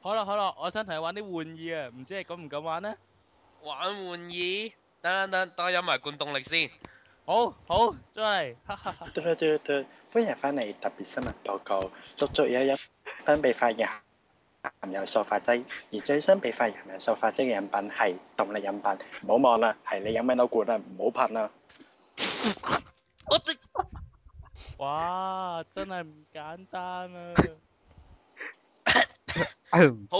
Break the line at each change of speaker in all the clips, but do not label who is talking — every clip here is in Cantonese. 好啦好啦，我想同你玩啲玩意啊，唔知你敢唔敢玩呢？
玩玩意，等等等，我飲埋罐動力先。
好好，真係，哈哈哈。
嘟嘟嘟嘟，歡迎翻嚟特別新聞報告。足足有一樽被發現含有塑化劑，而最新被發現含有塑化劑嘅飲品係動力飲品。唔好望啦，係你飲緊到罐啦，唔好噴啦。
我哋
哇，真係唔簡單啊！
哎
好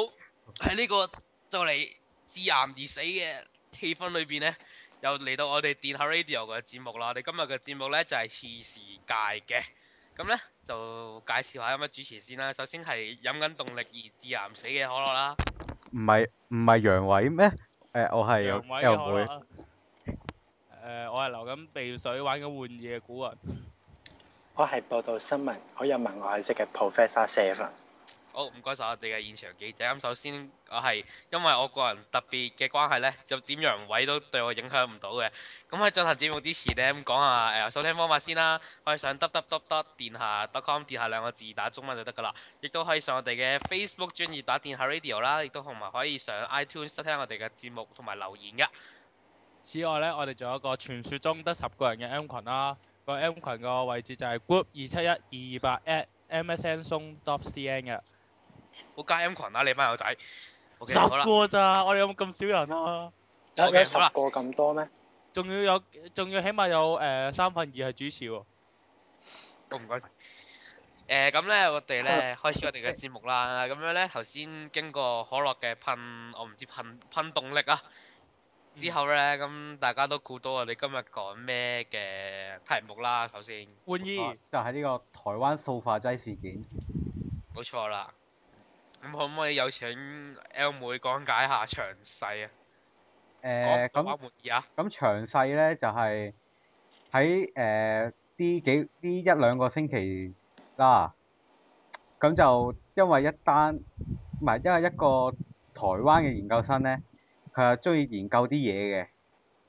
喺呢個就嚟致癌而死嘅氣氛裏邊呢，又嚟到我哋電下 radio 嘅節目啦。我哋今日嘅節目呢，就係、次時界嘅，咁呢，就介紹下有乜主持先啦。首先係飲緊動力而致癌死嘅可樂啦，
唔係唔係陽痿咩？誒、我係
楊
有
偉
L
嘅可
妹
樂，啊。誒，我係流緊鼻水玩緊玩意嘅古人。
我係報道新聞好有文外識嘅 Professor Seven。
好唔該晒我哋嘅現場記者。咁首先我係因為我個人特別嘅關係呢，就點陽痿都對我影響唔到嘅。咁喺進行節目之前呢，咁講下誒、呃收聽方法先啦。可以上 d o t d o t d 電下 .com 電下兩個字打中文就得㗎啦。亦都可以上我哋嘅 Facebook 專頁打電下 radio 啦，亦都同埋可以上 iTunes 收聽我哋嘅節目同埋留言㗎。
此外呢，我哋仲有一個傳說中得十個人嘅 M 群啦。個 M 群個位置就係 group 二七一二二八 at msn 松 dot cn 嘅。
好加 M 群啦，啊你班友仔。OK，好啦
十。個咋？我哋有冇咁少人啊？
有
OK，
有十
好啦
個咁多咩？
仲要有，仲要起碼有誒三分二係主持喎。
好唔該晒。誒咁咧，我哋咧開始我哋嘅節目啦。咁樣咧，頭先經過可樂嘅噴，我唔知噴噴動力啊。之後咧，咁大家都估到我哋今日講咩嘅題目啦。首先，
玩意
啊就係呢個台灣塑化劑事件。
冇錯啦。咁可唔可以有請 L 妹講解下詳細啊？講
誒咁、
講滿意啊！
咁詳細咧就係喺誒呢幾呢一兩個星期啦，咁就因為一單唔係因為一個台灣嘅研究生咧，佢係中意研究啲嘢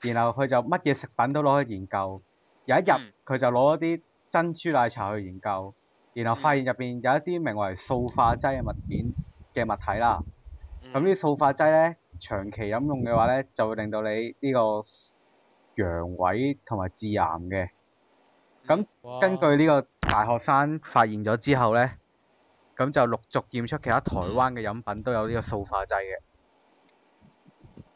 嘅，然後佢就乜嘢食品都攞去研究。有一日
嗯
佢就攞啲珍珠奶茶去研究，然後發現入邊有一啲名為塑化劑嘅物件嘅物體啦。咁呢
嗯
啲塑化劑咧，長期飲用嘅話咧，就會令到你呢個陽痿同埋致癌嘅。
哦
根據呢個大學生發現咗之後咧，咁就陸續驗出其他台灣嘅飲品都有呢個塑化劑嘅。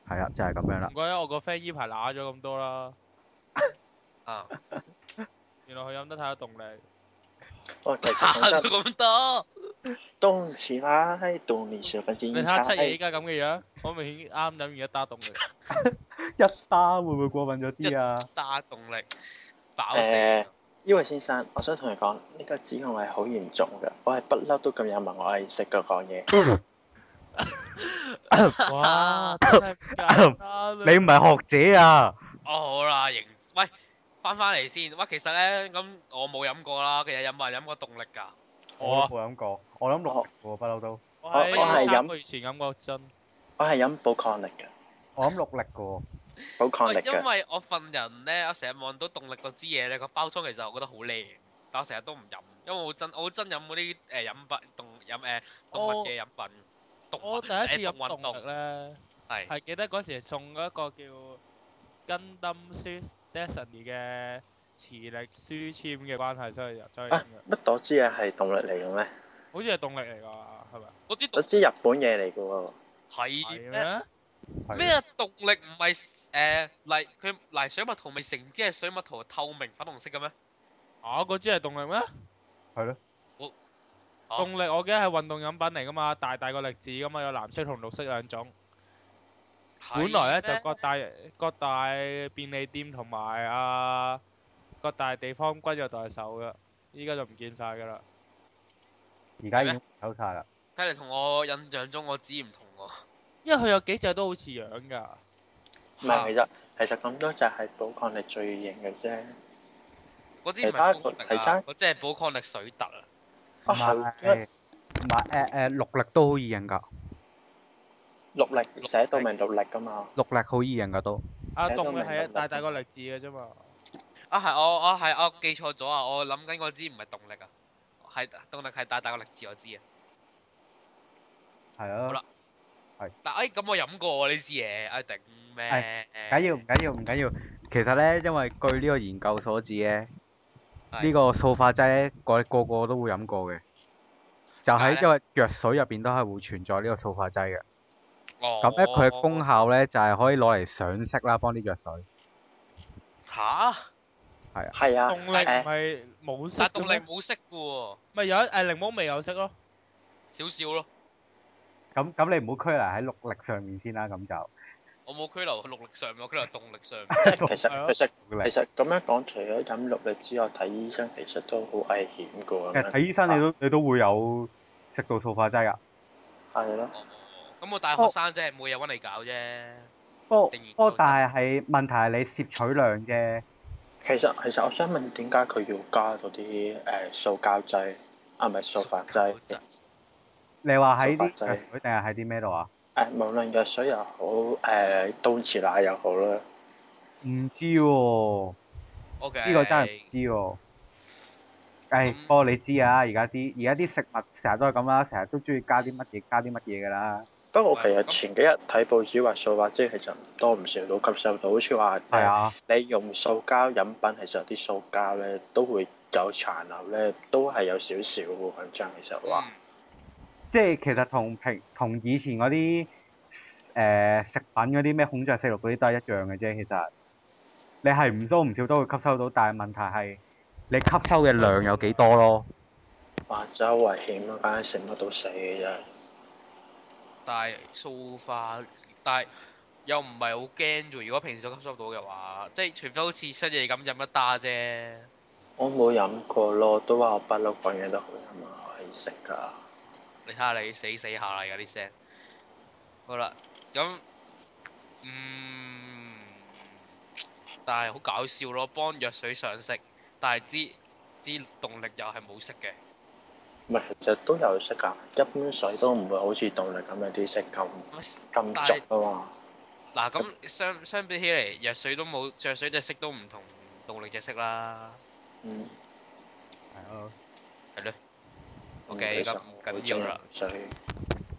係啦，就係、咁樣啦
唔。怪得我個 friend 依排揦咗咁多啦，
啊，
原來佢飲得太多動力。
我 其
嚇
實 講
咗
真
咁多，
都唔似啦，喺度年少份子
你睇
已經
下
差
七爺依家咁嘅樣，好明顯啱飲完一打動 力。
一打會唔會過分咗啲啊？
打動力爆
誒
死。
呢位先生，我想同你講，呢、個指控係好嚴重嘅。我係不嬲都咁有文我意識嘅講嘢。
哇！真係唔簡單啊
你唔係學者啊？
哦，好啦，認喂，翻翻嚟先。喂，其實咧，咁我冇飲過啦。其實有冇人飲過動力㗎？
我
我
都冇飲過，我諗六力喎，不嬲都。
我
我我
喺
係飲
三個月前飲過真。
我係飲寶礦力嘅，
我諗六力嘅喎。
寶礦
喂
力
因
嘅。
為我份人咧，我成日望到動力嗰支嘢咧，個包裝其實我覺得好靚，但我成日都唔飲，因為我好憎我好憎飲嗰啲誒飲品動飲誒動物嘅飲品。動物
我第一次
誒
飲
動運
動力
動
咧，
係
係記得嗰時送咗一個叫《Gundam Seed Destiny》嘅磁力書籤嘅關係，所以就再飲
啊
嘅。，
乜朵支嘢係動力嚟嘅咩？
好似係動力嚟㗎，係咪？
嗰支動
嗰支日本嘢嚟嘅喎。
係
係
咩？
咩？
係
咩啊動力唔係誒泥佢泥水蜜桃咪成支係水蜜桃透明粉紅色嘅咩？
啊！嗰支係動力咩？
係咯。
哦
動力我記得係運動飲品嚟㗎嘛，大大個力字㗎嘛，有藍色同綠色兩種。本來咧就
係咩
各大各大便利店同埋啊各大地方均有代售嘅，依家就唔見晒㗎啦。
而家已經走晒啦。
睇嚟同我印象中我知唔同喎。
因為佢有幾隻都好似樣㗎，
唔係，其實其實咁多就係寶礦力最型嘅啫。
嗰支唔係
其他
寶礦力
其
啊
他，
嗰支係寶礦力水特啊。
唔
啊
係
係，
唔係誒誒，六力都好易認㗎，
六力寫到明六力㗎嘛。
六力好易認㗎都。
啊
寫到
動力
明
係
動力
大大個力字嘅啫嘛。
啊係，我我係我記錯咗啊！我諗緊嗰支唔係動力啊，係動力係大大個力字我知啊。
係咯
好啦。但誒咁我飲過喎呢支嘢，啊頂咩？
唔緊要，唔緊要，唔緊要。其實咧，因為據呢個研究所指咧，
係
呢個塑化劑咧，個個個都會飲過嘅。就
解
喺
咧
因為藥水入邊都係會存在呢個塑化劑嘅。
哦
咁咧，佢嘅功效咧就係可以攞嚟上色啦，幫啲藥水。
嚇，
係啊，
動力唔
誒
係冇色
但係
嘅
動力
咩？
冇色嘅喎，
咪有誒檸檬味有色咯。
少少咯。
咁咁你唔好拘泥喺綠力上面先啦，咁就
我冇拘留陸力上面，我拘留動力 上面。
即係其
係
實
咯
其實
努力
其實咁樣講，除咗飲六力之外，睇醫生其實都好危險噶喎。
其實睇醫
啊
生你都你都會有食到塑化劑噶。
啊係咯，
咁我大學生真係每日揾你搞啫。
不過
定義
不過
到，
但係係問題係你攝取量啫。
其實其實我想問點解佢要加嗰啲誒塑膠劑啊，唔係塑化劑
你話喺
塑化
啲
劑
藥水定係喺啲咩度啊？
誒，無論藥水又好，誒冬池奶又好啦。
唔知喎。
O K。
呢個真係唔知喎。誒，不過你知啊，而家啲而家啲食物成日都係咁啦，成日都中意加啲乜嘢加啲乜嘢㗎啦。
不過
啊
其實前幾日睇報紙話塑化劑其實唔多唔少都吸收到，好似話
係啊，
你用塑膠飲品，其實啲塑膠咧都會有殘留咧，都係有少少喎。講真，其實話
嗯
即係其實同平同以前嗰啲誒食品嗰啲咩孔雀四綠嗰啲都係一樣嘅啫。其實你係唔多唔少都會吸收到，但係問題係你吸收嘅量有幾多咯？
哇真係好危險啊！梗係食乜到死啊嘅啫。
但係塑化，但係又唔係好驚啫。如果平時都吸收到嘅話，即係除非好似失嘢咁飲一打啫。
我冇飲過咯，都話我不嬲講嘢都好飲啊，我可以食㗎。
你睇下你死死下啦，而家啲聲。好啦，咁嗯，但係好搞笑咯，幫藥水上色，但係支支動力又係冇色嘅。
唔係，其實都有色㗎，一般水都唔會好似動力咁樣啲色咁
咁
咁足啊嘛。
嗱，咁相相比起嚟，藥水都冇，藥水隻色都唔同動力隻色啦。
嗯
係咯。
O
嗯
K，咁唔緊要啦。。
其實我好中意飲水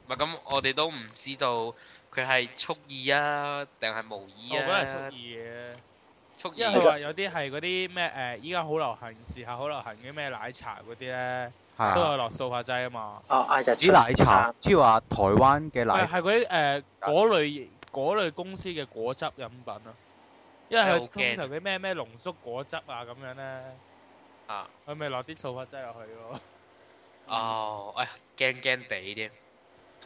唔係咁，我哋都唔知道佢係蓄意啊，定係無意
我覺得係
啊
蓄？意嘅。
蓄意啊
因為佢話有啲係嗰啲咩誒，依家好流行，時下好流行嘅咩奶茶嗰啲咧，
係
都
啊。
有落塑化劑啊嘛。
啊！嗌日
指奶茶，即係話台灣嘅
唔
奶
係係嗰啲誒果類果類公司嘅果汁飲品啊，因為
真係
佢
好
通
驚
常啲咩咩濃縮果汁啊咁樣咧，
啊！
佢咪落啲塑化劑落去 咯。
哦，哎呀，驚驚地添。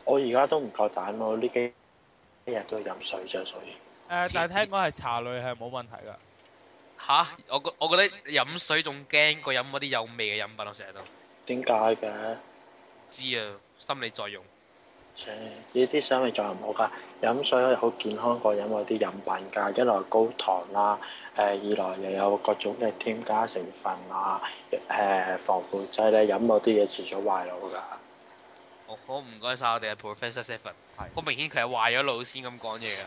我而家都唔夠膽咯，呢幾日都飲水啫，所以
誒，呃但係聽講係茶類係冇問題㗎。
吓，我覺我覺得飲水仲驚過飲嗰啲有味嘅飲品，我成日都
點解嘅？
知啊，心理作用。
切呢啲水味仲唔好㗎，飲水係好健康過飲嗰啲飲品㗎，一來高糖啦，誒、二來又有各種嘅添加成分啊，誒、防腐劑咧，飲嗰啲嘢遲早壞腦㗎。
我哦好唔該晒我哋嘅 Professor Seven，
係
好明顯佢係壞咗路先咁講嘢 㗎。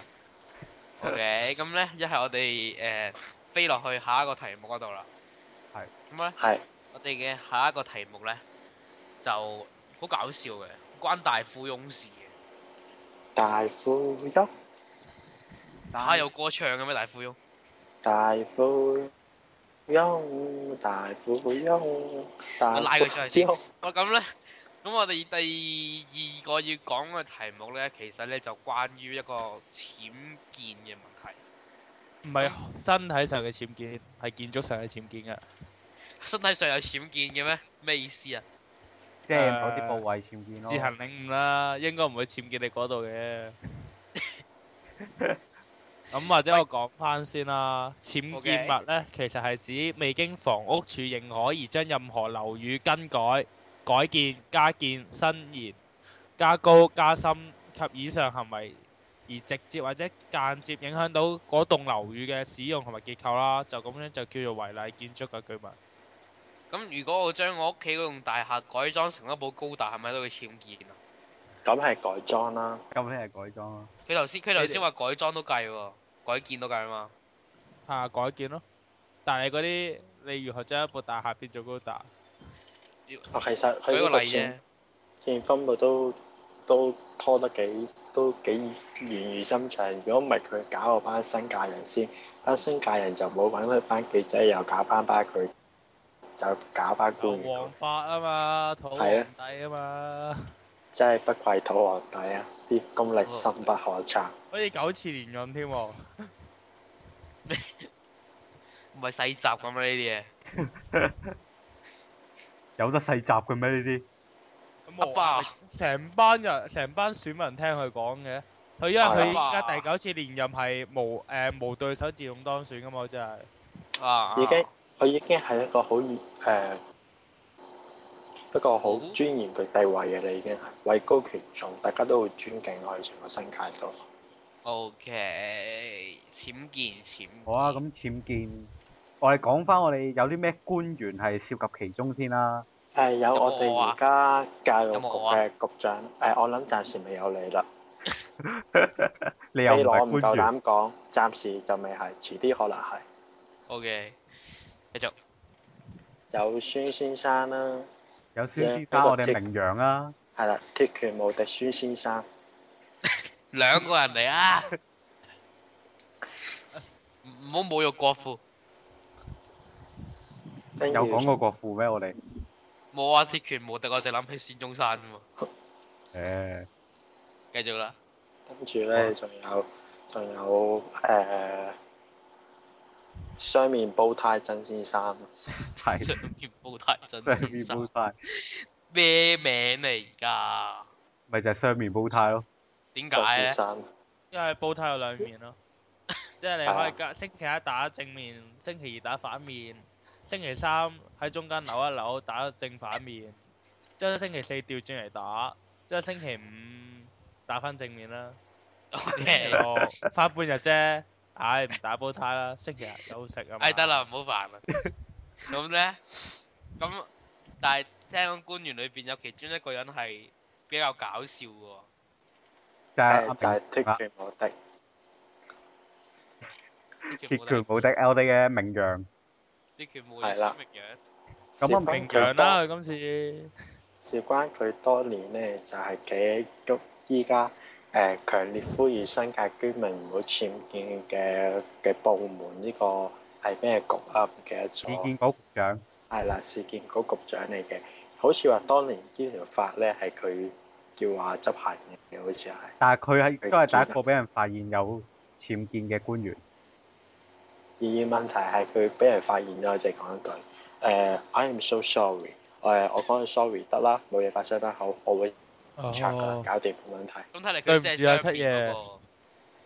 OK，咁咧一係我哋誒、呃、飛落去下一個題目嗰度啦。
係。
咁咧，
係
我哋嘅下一個題目咧就好搞笑嘅，關大富翁事嘅。
大富翁，
嚇、啊有歌唱嘅咩？大富翁？
大富翁，大富翁，大
我拉佢出嚟
富
先
翁。
好哦咁咧，咁我哋第二個要講嘅題目咧，其實咧就關於一個僭建嘅問題。
唔
哦
係身體上嘅僭建，係建築上嘅僭建㗎。
身體上有僭建嘅咩？咩意思啊？
即係某啲部位僭建咯。
自行領悟啦，應該唔會僭建你嗰度嘅。咁或者我講翻先啦，僭建物呢，其實係指未經房屋署認可而將任何樓宇更改、改建、加建、伸延、加高、加深及以上行為，而直接或者間接影響到嗰棟樓宇嘅使用同埋結構啦，就咁樣就叫做違例建築嘅居民。
咁如果我將我屋企嗰棟大廈改裝成一部高達，係咪都會僭建啊？
咁係改裝啦，
咁咧係改啊裝咯。
佢頭先佢頭
你哋
先話改裝都計喎，改建都計啊嘛。
下改建咯。但係嗰啲你如何將一部大廈變做高達？
哦我其實佢
舉
呢
個
個
例
僭
啫，
建分佈都都拖得幾都幾言語心長。如果唔係佢搞嗰班新界人先，班新界人就冇揾佢班記者，又搞翻班佢，就搞班官
有
員，
王法啊嘛，土皇
係啊
帝啊嘛，
真係不愧土皇帝啊！啲功力深不可測。
好似九次連任添喎。
唔係細集咁啊啦呢啲嘢。
有得細集嘅咩呢啲？
咁我
阿爸
成班人成班選民聽佢講嘅，佢因為佢依家第九次連任係無誒無對手自動當選噶嘛，真係。
啊，
已經佢已經係一個好誒、呃一個好
好
尊嚴嘅地位嘅啦，已經係位高權重，大家都會尊敬佢成個新界度。
OK，僭建僭建。
好啊，咁僭建，我哋講翻我哋有啲咩官員係涉及其中先 啦。
誒、有
有冇
我
我
哋
啊
而家教育
有
局
冇我啊
嘅局長，誒、我諗暫時未有你啦。
你又唔
未來我
係
唔
官
夠
員，
膽講，暫時就未係，遲啲可能係
OK，繼續。
有孫先生啦，
有孫先
呢
生，
個
我哋
直
名揚啊，
係啦，鐵拳無敵孫先生，
兩個人嚟啊！唔唔好侮辱國父。
跟
有講
住
過國父咩？我哋
冇啊，鐵拳無敵，我就諗起孫中山啫嘛。
誒，
繼續啦。
跟住咧，
啊
仲有仲有誒、雙面煲呔曾先生。
係
上面煲太真
雙
先
面
生
煲呔，
咩名嚟㗎？
咪就係雙面煲呔咯。
點
郭
解
先
咧？
生
因為煲呔有兩面咯， 即係你可以
啊
隔星期一打正面，星期二打反面，星期三喺中間扭一扭打正反面，之後星期四調轉嚟打，之後星期五打翻正面啦，星期
OK，
六翻半日啫，唉唔打煲呔啦，星期日休息啊嘛。
哎得啦，唔好煩啦。咁咧，咁但係聽講官員裏邊有其中一個人係比較搞笑喎。
就
誒
係啊阿
就係
明
鐵拳無敵，
鐵拳無敵，
鐵拳無敵，我哋嘅名揚。
鐵拳無
係
敵，
啦
生命樣。
事
咁啊我
關
明
佢
強
多
啦，佢今次
事關佢多年咧，就係幾喐依家誒強烈呼籲新界居民唔好僭建嘅嘅部門呢個係咩局啊？唔記得
市建
咗。
局局長
係啦，市建局局長嚟嘅，好似話當年呢條法咧係佢叫話執行嘅，好似係。
但係佢係都係第一個俾人發現有僭建嘅官員，
而問題係佢俾人發現咗，我就講一句誒、i 呃 am so sorry。誒、我講句 sorry 得啦，冇嘢發生啦，好，我會拆噶啦，
哦，
搞掂冇問題。
咁睇嚟
對
佢
唔
先係
住啊
雙
七
面
爺
嗰個。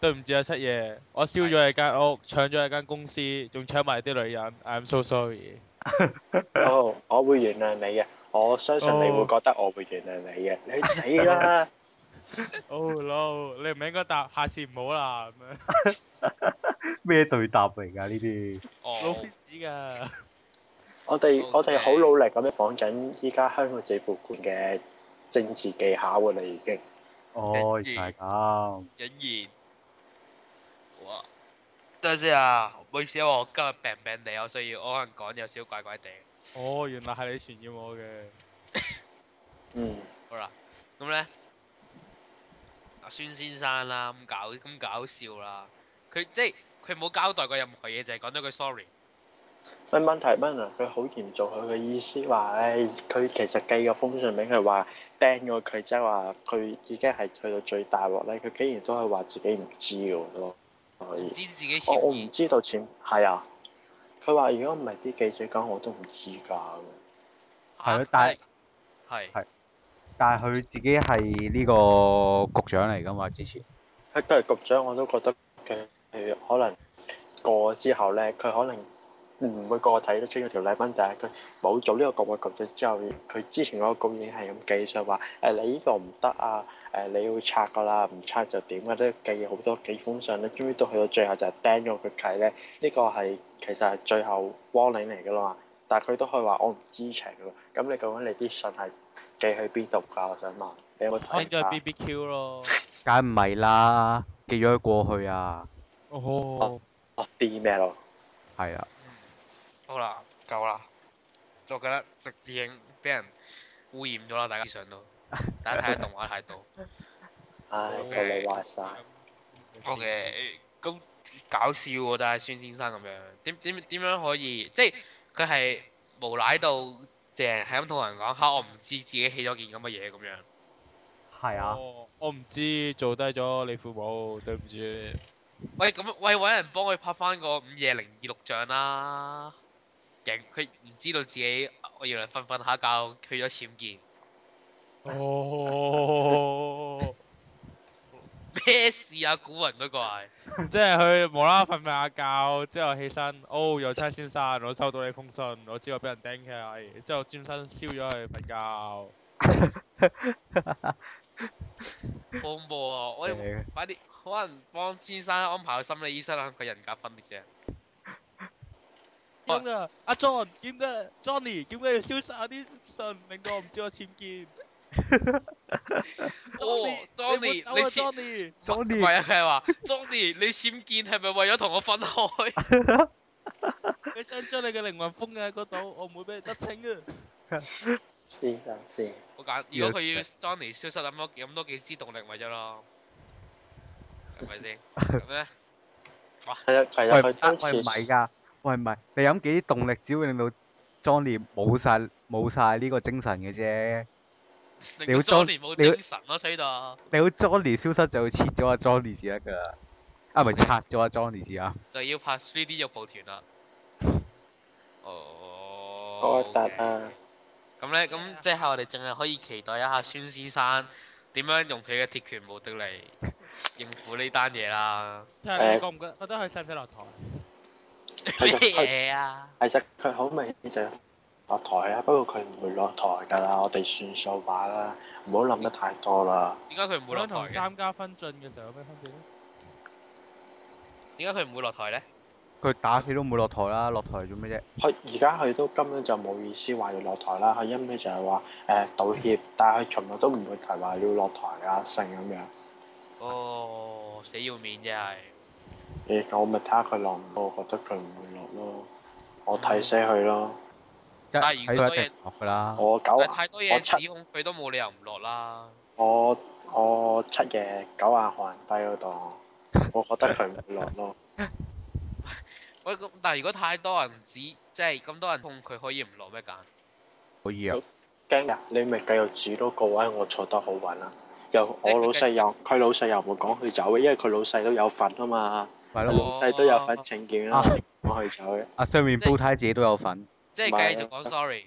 對唔住啊七爺，我燒咗你間屋，搶咗你間公司，仲搶埋啲女人，I'm so sorry。
哦，我會原諒你嘅，我相信你會
哦
覺得我會原諒你嘅，你去死啦！
Oh no！你唔應該答，下次唔好啦咁樣。
咩對答嚟㗎呢啲？
老
哦
f。i 噶，
我哋
Okay
我哋好努力咁樣仿緊依家香港政府館嘅政治技巧㗎啦，已經。
哦，原來係咁。
竟然，哇！等陣先啊，唔好意思啊，我今日病病地，我需要我可能講有少少怪怪地。
哦，原來係你傳染我嘅。
嗯，
好啦，咁咧，阿孫先生啦，咁搞咁搞笑啦，佢即係佢冇交代過任何嘢，就係講咗句 sorry。
問問題問啊，佢好嚴重，佢嘅意思話，誒、佢其實寄個封信俾佢話釘咗佢，即係話佢已經係去到最大鑊咧，佢竟然都係話自己唔知嘅喎都可
唔
以。
知自己
我我
潛
唔
意，
知道錢係啊，佢話如果唔係啲記者講，我都唔知㗎。
係咯
啊
但係
係
係但係佢自己係呢個局長嚟㗎嘛？之前
佢都係局長，我都覺得佢佢可能過咗之後咧，佢可能唔會個個睇得出嗰條例蚊，但係佢冇做呢個局嘅局長之後，佢之前嗰個局已經係咁記上話誒你呢個唔得啊，誒、你要拆噶啦，唔拆就點嘅咧，記好多幾封信咧，終於到去到最後就係釘咗佢契咧，呢、個係其實係最後 warning 嚟噶啦嘛，但係佢都可以話我唔知情喎，咁你究竟你啲信係寄去邊度㗎？我想問你有冇睇
應該係
㗎？
BBQ 咯。
梗唔係啦，寄咗佢過去啊，
哦，
哦 email
係啊，
嗯好啦，夠啦，我覺得直已經俾人污染咗啦，大家思想都。大家睇下動畫態度。
唉，個你啊話晒，
O K，咁搞笑喎！但係孫先生咁樣，點點點樣可以？即係佢係無賴到淨係咁同人講嚇，我唔知自己起咗件咁嘅嘢咁樣。
係啊，
哦我唔知做低咗你父母，對唔住。
喂，咁喂揾人幫佢拍翻個午夜零二六像啦。勁，佢唔知道自己呃我原來瞓瞓下覺去咗僭建，
哦，
咩事啊？古人嗰個係。
即係佢無啦啦瞓瞓下覺，之後起身，哦，有差先生，我收到你封信，我知我俾人釘契，之後轉身燒咗佢瞓覺。
恐怖啊！我哋
誒
快啲，可能幫先生安排個心理醫生向佢人格分裂啫。喂
咁啊，阿 John 點解 Johnny 點解要消失我啲信，令到我唔知我僭建
哦，Johnny，
你冇走啊
你切
Johnny，
Johnny
唔 係啊，佢係話 Johnny，你僭建係咪為咗同我分開？
你想將你嘅靈魂封印喺嗰度，我唔會俾你得逞 啊！
黐撚線。
我揀，如果佢要 Johnny 消失，咁多咁多幾支動力咪啫咯，係咪 先？咁咧，
係啊，係啊，
喂，
佢
唔
當
喂唔
時
係㗎，喂唔係，你飲幾啲動力只會令到 Johnny 冇晒冇晒呢個精神嘅啫。
令到
你要
Johnny 冇
你要
精神咯，吹到
你好 Johnny 消失就會切咗阿 Johnny 至得㗎啦，啊唔係拆咗阿 Johnny 至啊。
就要拍 three D 肉蒲團啦。
我
哦，
答啊，
咁咧，咁即係我哋淨係可以期待一下孫先生點樣用佢嘅鐵拳無敵嚟應付呢單嘢啦。
睇下你覺唔覺覺得佢使唔使落台？
咩
係啊佢
嘢啊？
其實佢好明顯就落台啊，不過佢唔會落台㗎啦，我哋算數話啦，唔好諗得太多啦。
點解佢唔會落
咁
台
同
嘅？
三家分進嘅時候有咩分別咧？
點解佢唔會落台咧？
佢打佢都冇落台啦，落台做咩啫？
佢而家佢都根本就冇意思話要落台啦，佢一味就係話誒道 歉，但係佢從來都唔會提話要落台啊成咁樣。
哦，死要面啫係。
誒、我咪睇下佢落唔落，我覺得佢唔會落咯，我睇死佢咯，
即
但係
係
如
睇
果
到一定落㗎啦。
我九
但係太多嘢
啊我七
指控佢都冇理由唔落啦。
我我七夜九眼寒低嗰度，我覺得佢唔會落咯。
喂，咁但係如果太多人指，即係咁多人控佢，可以唔落咩揀？
可以啊，
驚㗎！你咪繼續指到個位，我坐得好穩啦。又
即係佢
我老
繼
細又佢老細又唔會講佢走嘅，因為佢老細都有份啊嘛，
咪
佢
咯。
哦
老細都有份請件啦
啊，
我佢走嘅，
阿雙面煲呔自己都有份，
即
唔係啊
係繼續講 sorry。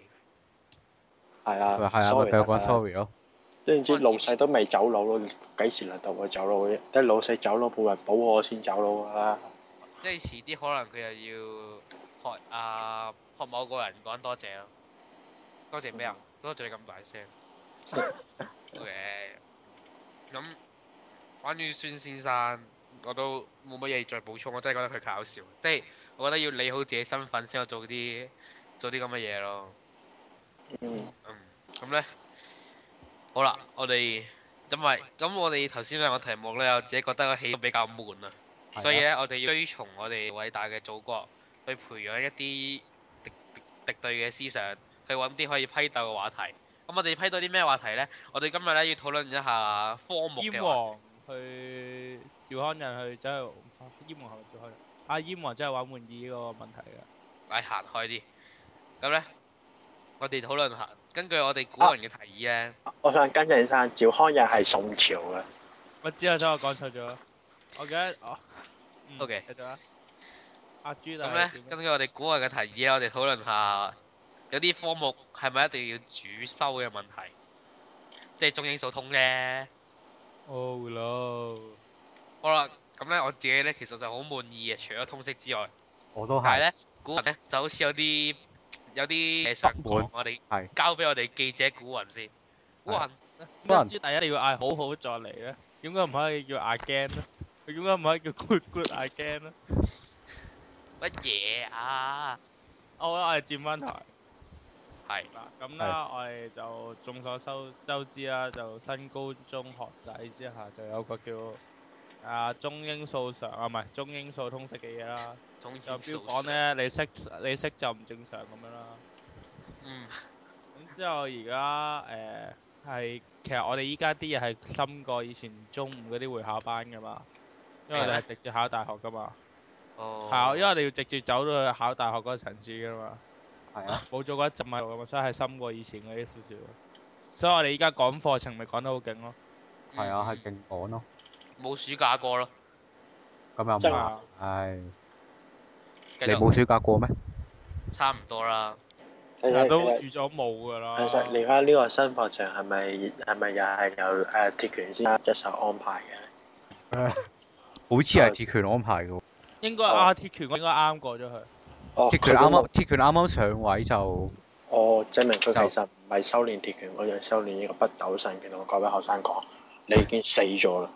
係
佢
啊
係啊，咪
sorry
繼續講
啊
sorry 咯。
總言之，老細都未走佬咯，幾時輪到我走佬嘅啫？得老細走佬冇人保我先走佬啊㗎啦。
即係遲啲可能佢又要學啊學某個人講多謝咯，多謝咩啊？多謝你咁大聲。OK，咁關於孫先生，我都冇乜嘢再補充，我真係覺得佢搞笑，即係我覺得要理好自己身份先可以做啲做啲咁嘅嘢咯。
嗯，
嗯，咁咧，好啦，我哋因為咁，我哋頭先兩個題目咧，我自己覺得個戲比較悶啊，
係啊
所以咧，我哋要追從我哋偉大嘅祖國，去培養一啲敵敵敵對嘅思想，去揾啲可以批鬥嘅話題。咁我哋批鬥啲咩話題咧？我哋今日咧要討論一下科目嘅
燕
話
王去趙匡胤去走去，燕王係咪趙匡胤？阿燕王真係玩玩意嗰個問題嘅。
唉，哎行開啲。咁咧，我哋討論下，根據我哋古
啊
人嘅提議咧，
我想跟進生，趙匡胤係宋朝嘅，
我知啊，所以我講錯咗。我記得哦。嗯
OK
繼續啊。阿朱大
咁咧，根據我哋古人嘅提議咧，我哋討論下有啲科目係咪一定要主修嘅問題，即係中英數通啫。
Oh no！
好啦，咁咧我自己咧其實就好滿意嘅，除咗通識之外，
我都
但係
係，
咧古人咧就好似有啲有啲嘢想
不滿
講，我哋
係
交俾我哋記者古人先。古人
點解朱大一定要嗌好好再嚟咧？點解唔可以叫 again 咧？佢點解唔可以叫 good good again 咧？
乜嘢啊？
好啦，我哋轉翻台。
係
嗱，咁啦，我哋就眾所周周知啦，就新高中學仔之下就有個叫啊中英數常啊，唔係中英數通識嘅嘢啦。
中英
就
數
標榜
常，
咧，你識你識就唔正常咁樣啦。
嗯，
咁之後而家誒呃係其實我哋依家啲嘢係深過以前中午嗰啲會考班噶嘛，因為
係
你
咩
係直接考大學噶嘛，
哦，
係啊，因為你要直接走到去考大學嗰個層次噶嘛，
係啊，
冇咗嗰一浸喺度噶嘛，所以係深過以前嗰啲少少。所以我哋依家講課程咪講得好勁咯，
Ừ.
係啊，係
嗯
勁趕咯，
冇暑假過咯，
咁又唔
真係
係
啊，
唉，
繼
你
續
冇暑假過咩？
差唔多啦。
其
但
啊
實
都
其實
預咗冇噶啦。
其實你而家呢個新課程係咪係咪又係由誒鐵拳先生一手安排嘅咧？
好似係鐵拳安排嘅喎，
應該阿鐵拳嗰個應該啱過咗佢，
哦，
鐵
佢
拳
都
啱
冇
啱鐵拳啱啱上位就
哦，證明佢
就
其實唔係修練鐵拳，佢就係修練呢個北斗神拳。同各位學生講，你已經死咗啦！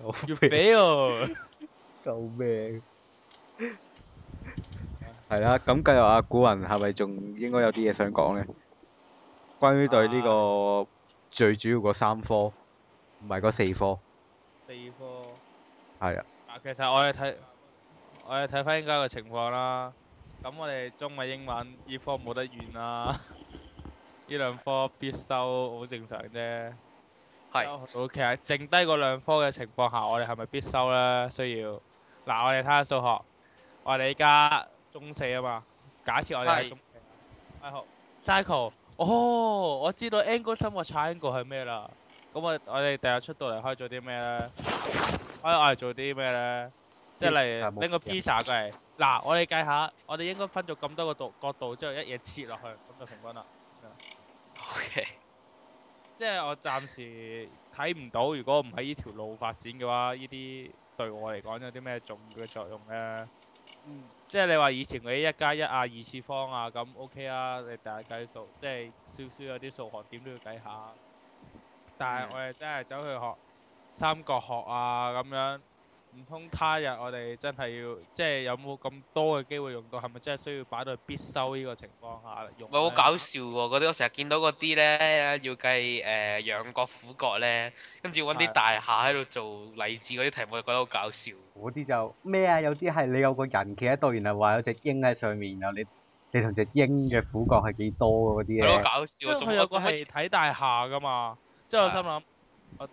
要 fail。
救命！係啦，咁繼續阿古人係咪仲應該有啲嘢想講咧？關於對呢個最主要嗰三科，唔係嗰四科，
地科。
係啊，
嗱，其實我哋睇我哋睇翻依家嘅情況啦。咁我哋中文、英文呢科冇得怨啦， 呢兩科必修好正常啫。
係
好，其實剩低嗰兩科嘅情況下，我哋係咪必修咧？需要嗱，我哋睇下數學。我哋依家中四啊嘛，假設我哋係
係
中四。大學 cycle，哦，我知道 angle 三個 triangle 係咩啦。咁我我哋第日出到嚟可以做啲咩咧？可以我哋做啲咩咧？即係例
係冇
如拎個
嘢
pizza 過嚟，嗱，我哋計下，我哋應該分咗咁多個度角度之後，一嘢切落去，咁就平均啦。
OK，
即係我暫時睇唔到，如果唔喺呢條路發展嘅話，呢啲對我嚟講有啲咩重要嘅作用咧？嗯，即係你話以前嗰啲一加一啊、二次方啊，咁 OK 啊，你大家計數，即係少少有啲數學點都要計下。但係
嗯
我哋真係走去學三角學啊咁樣，唔通他日我哋真係要即係有冇咁多嘅機會用到？係咪真係需要擺到去必修呢個情況下用啊
咪好
呢
搞笑喎！嗰啲我成日見到嗰啲咧，要計誒仰角、俯角咧，跟住揾啲
係
大廈喺度做例子嗰啲題目，就覺得好搞笑。
嗰啲就咩啊？有啲係你有個人企喺度，然後話有隻鷹喺上面，然後你你同隻鷹嘅俯角係幾多嗰啲
係咯，好
咧？
搞笑啊！
即係
仲
佢
有
有
個
個係
乜
睇大廈噶嘛，即係我心啊諗，我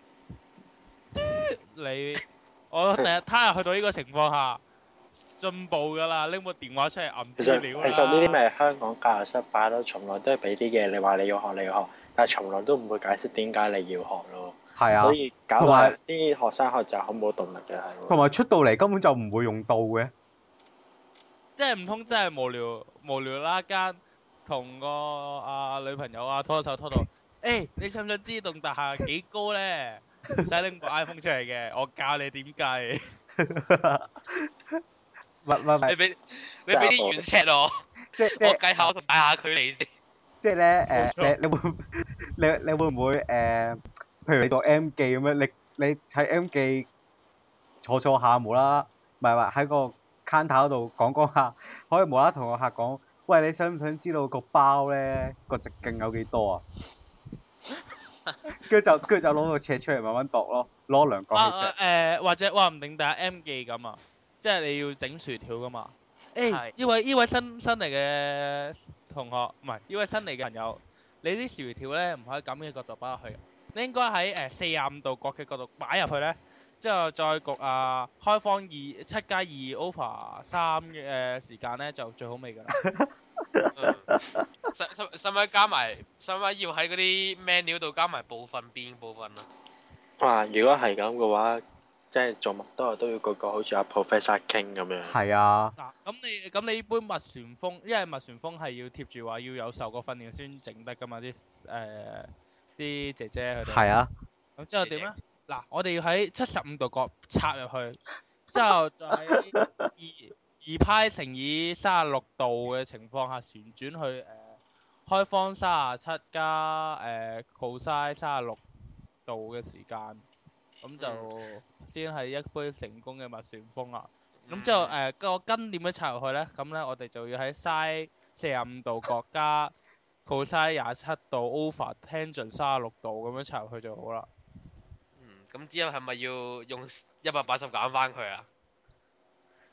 你我 第日他日去到呢個情況下進步噶啦，拎部電話出嚟揞
其實
資
其
料
實
啦。
呢啲咪香港教育失敗咯，從來都係俾啲嘢你話你要學你要學，但係從來都唔會解釋點解你要學咯。
係啊
所，以搞到
同埋
啲學生學習好冇動力嘅係喎。
同埋出到嚟根本就唔會用到嘅。
即係唔通真係無聊無聊啦間同個啊女朋友啊拖手拖到，誒、你想唔想知棟大廈幾高咧？唔使拎部 iPhone 出嚟嘅，我教你點計。
唔係唔係唔係
你俾你俾啲遠尺我，
即即
我計下我同大廈距離先。
即係咧
冇
誒，你你 會你你會唔會誒、譬如你個 M 記咁樣，你你喺 M 記坐坐下無啦，唔係話喺個 counter 嗰度講講下，可以無啦啦同個客講，喂，你想唔想知道個包咧個直徑有幾多啊？跟住就跟住就攞個尺出嚟慢慢度咯，攞量
啊
角
啊
器
誒、或者話唔定第日 M 記咁啊，即係你要整薯條噶嘛。誒、
係
呢位呢位新新嚟嘅同學，唔係呢位新嚟嘅朋友，你啲薯條咧唔可以咁嘅角度擺入去，你應該喺誒四廿五度角嘅角度擺入去咧，之後再焗啊開方二七加二 over 三嘅誒時間咧就最好味㗎 啦。
嗯使使使唔使加埋？使唔使要喺嗰啲 menu 度加埋部分邊部分啊？
哇！如果係咁嘅話，即係做乜都係都要個個好似阿 Professor King 咁樣。
係啊，
嗱，咁你咁你呢杯麥旋風，因為麥旋風係要貼住話要有受過訓練先整得噶嘛，啲誒啲姐姐佢哋。
係啊，
咁之後點咧？嗱，我哋要喺七十五度角插入去，之後再喺二二派乘以三十六度嘅情況下旋轉去誒、呃、開方三十七加誒 cosine 三十六度嘅時間，咁就先係一杯成功嘅麥旋風啦。咁之後誒
嗯
個根點樣插入去咧？咁咧我哋就要喺 sin 四十五度角加 cosine 廿七度 over tangent 三十六度咁樣插入去就好啦。
嗯，咁之後係咪要用一百八十減翻佢啊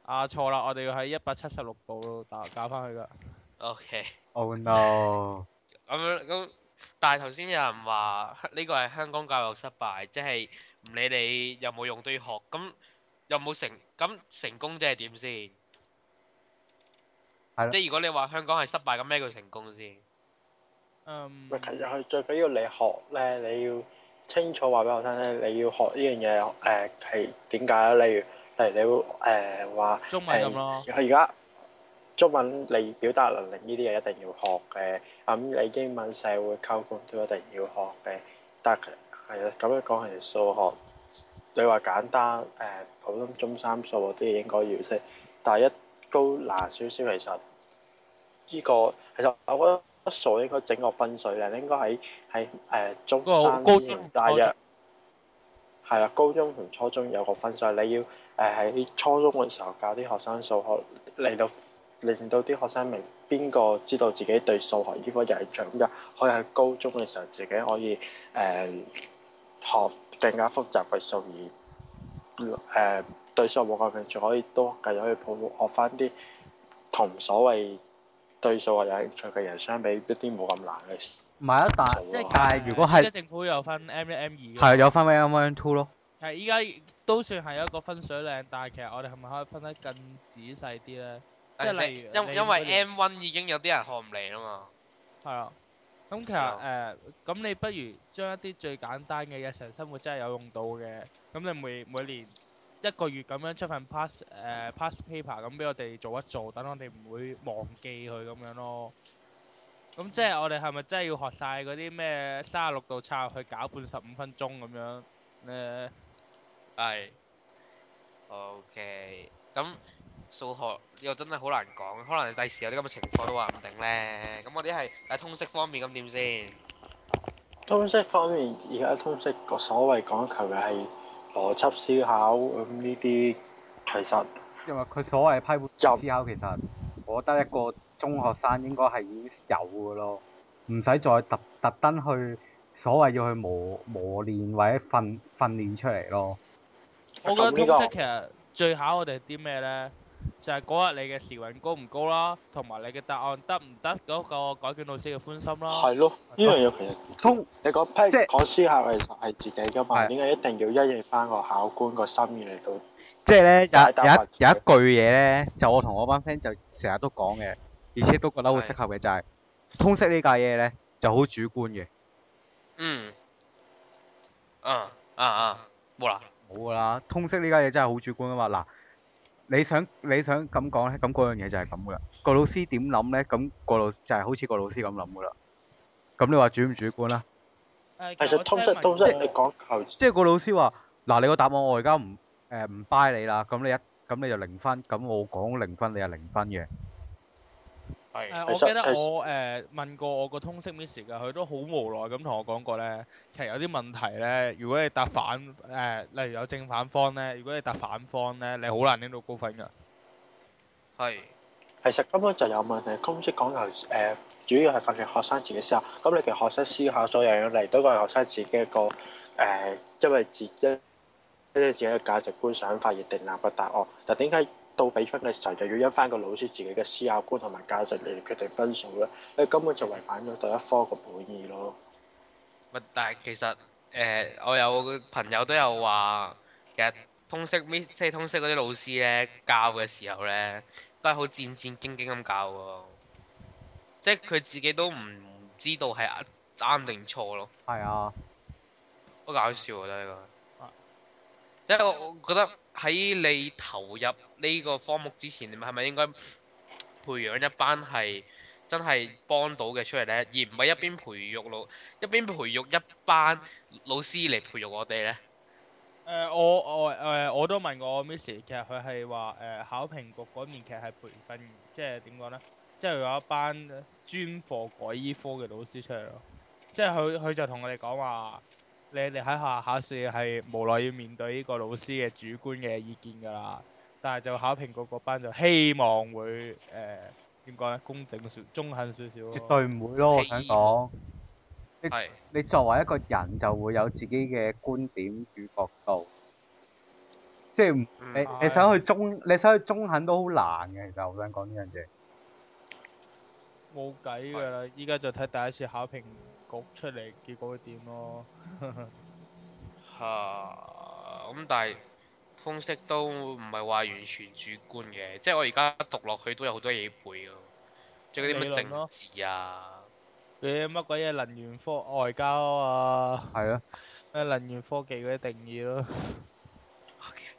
啊錯啦，我哋要喺一百七十六度打搞翻佢噶。
？OK，
oh no，
咁樣咁但係頭先有人話呢個係香港教育失敗，即係唔理你有冇用都要學，咁有冇成咁成功即係點先？
係啦
即係如果你話香港係失敗，咁咩叫成功先？
嗯，
喂，其啊實佢最緊要你學咧，你要清楚話俾我聽咧，你要學呢樣嘢誒係點解咧？例如例如你會誒話
中文咁咯，
佢而家中文你表達能力呢啲嘢一定要學嘅，咁你英文社會溝通都一定要學嘅。但係係啊，咁樣講係數學，你話簡單誒、呃普通中三數嗰啲嘢應該要識，但係一高難少少，其實呢、個其實我覺得數應該整個分水嶺，應該喺喺誒中
嗰個
三
高
之
中
前大
初
約
中。
係啦，高中同初中有個分水，你要誒喺、初中嘅時候教啲學生數學，令到令到啲學生明邊個知道自己對數學呢科又係掌握，可以喺高中嘅時候自己可以誒、學更加複雜嘅數而誒、對數學冇咁興趣，可以都繼續去普學翻啲同所謂對數學有興趣嘅人相比一啲冇咁難嘅數
唔係啊，但
即係
喎。
但係如果係
依家政府有分 M 一 M 二嘅，
係有分 M one two 咯。
其實依家都算係一個分水嶺，但係其實我哋係咪可以分得更仔細啲咧？即係
誒
例如
因
你
因
嗰
為
年
M one 已經有啲人學唔嚟啦嘛。
係啊，咁其
係
實
啊
誒，咁你不如將一啲最簡單嘅日常生活真係有用到嘅，咁你每每年一個月咁樣出份 pass 誒 pass paper 咁俾我哋做一做，等我哋唔會忘記佢咁樣咯。咁即係我哋係咪真係要學晒嗰啲咩三十六度插入去攪拌十五分鐘咁樣？誒，
係。OK，咁數學又真係好難講，可能第時有啲咁嘅情況都話唔定咧。咁我啲係喺通識方面咁點先？
通識方面，而家通識個所謂講求嘅係邏輯思考咁呢啲，其實
因為佢所謂批判思考，其實我覺得一個中學生應該係已經有嘅咯，唔使再特特登去所謂要去磨磨練或者訓訓練出嚟咯。
我覺得
咁
通識
呢個
其實最考我哋啲咩呢？就係嗰日你嘅時運高唔高啦，同埋你嘅答案得唔得嗰個改卷老師嘅歡心啦。
係啊咯，呢樣嘢其實
通
你講批
即係
講思考其實係自己噶嘛，
係
點解一定要因應翻個考官個心意嚟到？
即係咧有
解答
有
問
一
題
有一句嘢咧，就我同我班 friend 就成日都講嘅，而且都覺得好適合嘅就係、通識呢架嘢咧就好主觀嘅，
嗯。啊啊啊！冇啦。
冇㗎啦。通識呢家嘢真係好主觀噶嘛。嗱，你想你想咁講咧，咁嗰樣嘢就係咁噶啦。個老師點諗咧，咁、個老就係好似個老師咁諗噶啦。咁你話主唔主觀啦？
誒
其實通識通識你講求
即係個老師話：嗱，你個答案我而家唔誒唔 buy 你啦，咁你一咁你就零分，咁我講零分，你係零分嘅。
誒、
係。
我
其實
記得
誒
我誒、問過我個通識 miss 㗎，佢都好無奈咁同我講過咧，其實有啲問題咧，如果你答反誒、例如有正反方咧，如果你答反方咧，你好難拎到高分㗎。
係。
其實根本就有問題。通識講求誒、主要係訓練學生自己思考。咁你嘅學生思考咗樣嘢嚟到個學生自己一個誒、呃因為自己因為自己嘅價值觀想法而定立嘅答案。但點解到俾分嘅時候就要因翻個老師自己嘅思考觀同埋價值嚟決定分數咧？你根本就違反咗對一科嘅本意咯。
咪但係其實誒、呃我有個朋友都有話，其實通識 miss 即係通識嗰啲老師咧教嘅時候咧，都係好戰戰兢兢咁教喎，即係佢自己都唔知道係啱啱定錯咯，
係啊，
好搞笑啊！我覺得
啊
呢個，因為我我覺得喺你投入呢個科目之前，你咪係咪應該培養一班係真係幫到嘅出嚟呢？而唔係一邊培育老一邊培育一班老師嚟培育我哋呢？
誒、我我誒、我都問過我 miss，其實佢係話誒考評局嗰面其實係培訓，即係點講咧？即係有一班專課改醫科嘅老師出嚟咯。即係佢佢就同我哋講話，你哋喺學校考試係無奈要面對呢個老師嘅主觀嘅意見㗎啦。但係就考評局嗰班就希望會誒點講咧？公正少、中肯少少
絕
咯。
對唔會咯，我想講。嗯
係
你作為一個人就會有自己嘅觀點與角度，即係唔
嗯
你
係
你想去中你想去中肯都好難嘅。其實我想講呢樣嘢，
冇計㗎啦！依家就睇第一次考評局出嚟，結果會點咯？
嚇啊咁，但係通識都唔係話完全主觀嘅，即係我而家讀落去都有好多嘢背咯，即係嗰啲
理
咩
論咯
政治啊，
你乜鬼嘢能源科外交啊？
係咯，
咩能源科技嗰啲定義咯？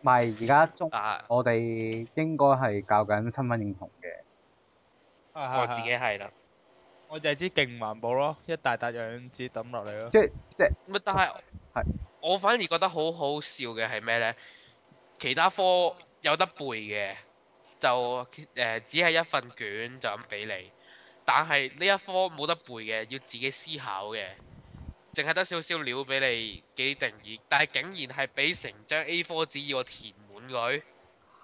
咪而家中
啊，
我哋應該係教緊身份認同嘅，
啊
我自己，係啦。
我就係知勁唔環保咯，一大笪氧子抌落嚟咯。
即係即係
咪啊但係
係
我反而覺得好好笑嘅係咩呢？其他科有得背嘅，就誒、呃只係一份卷就咁俾你，但係呢一科冇得背嘅，要自己思考嘅，淨係得少少料俾你幾定義，但係竟然係俾成張 A4 紙要我填滿佢，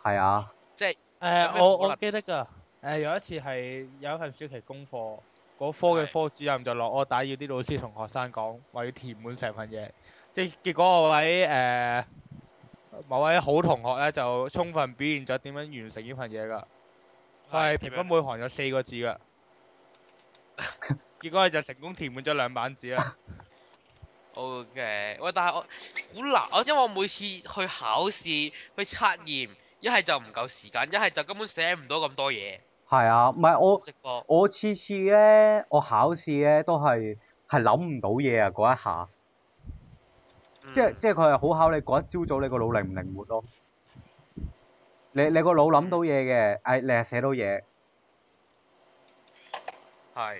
係啊，
誒、
有咩
我
可能
我記得㗎。誒、有一次係有一份暑期功課，嗰科嘅
係
科主任就落柯打要啲老師同學生講，話要填滿成份嘢。即係結果我位誒、某位好同學咧，就充分表現咗點樣完成呢份嘢㗎。佢係平均每行有四個字 㗎，結果佢就成功填滿咗兩版紙啦。
O K，喂，但係我好難，我因為我每次去考試去測驗，一係就唔夠時間，一係就根本寫唔到咁多嘢，
係啊，唔係我
直播。
我次次咧，我考試咧都係係諗唔到嘢啊嗰一下，即係
嗯
即係佢係好考你嗰一朝早你個腦靈唔靈活咯。你你個腦諗到嘢嘅，誒、哎你係寫到嘢，
係，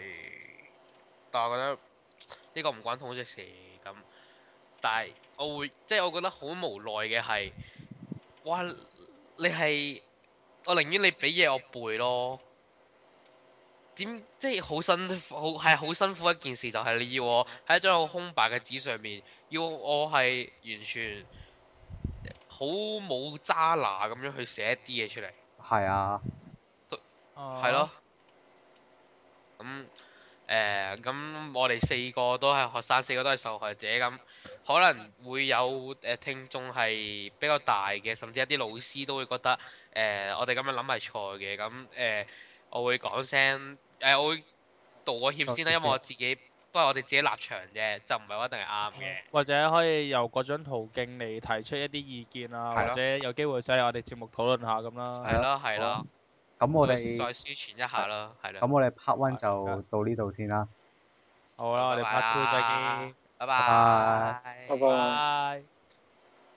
但係我覺得呢個唔關通識事咁，但係我會即係我覺得好無奈嘅係，哇！你係我寧願你俾嘢我背咯，點即係好辛苦，好係好辛苦一件事就係你要我喺一張好空白嘅紙上面，要我係完全好冇渣拿咁樣去寫一啲嘢出嚟。
係啊，
哦
係咯。咁誒，呃咁、我哋四個都係學生，四個都係受害者咁，可能會有誒、呃、聽眾係比較大嘅，甚至一啲老師都會覺得誒、呃我哋咁樣諗係錯嘅。咁誒、呃我會講聲誒、呃我會道個歉先啦，因為我自己都係我哋自己立場啫，就唔係話一定係啱嘅。
或者可以由各種途徑嚟提出一啲意見啊，
係
或
咯
者有機會上嚟我哋節目討論下咁啦。
係咯，係咯，
咁我
再
哋
再宣傳一下啦，係
咁
啦，
我哋 part one 就到呢度先啦。
好啦，我哋
拜
part two
拜
再見。
拜
拜
拜。
拜拜。
拜。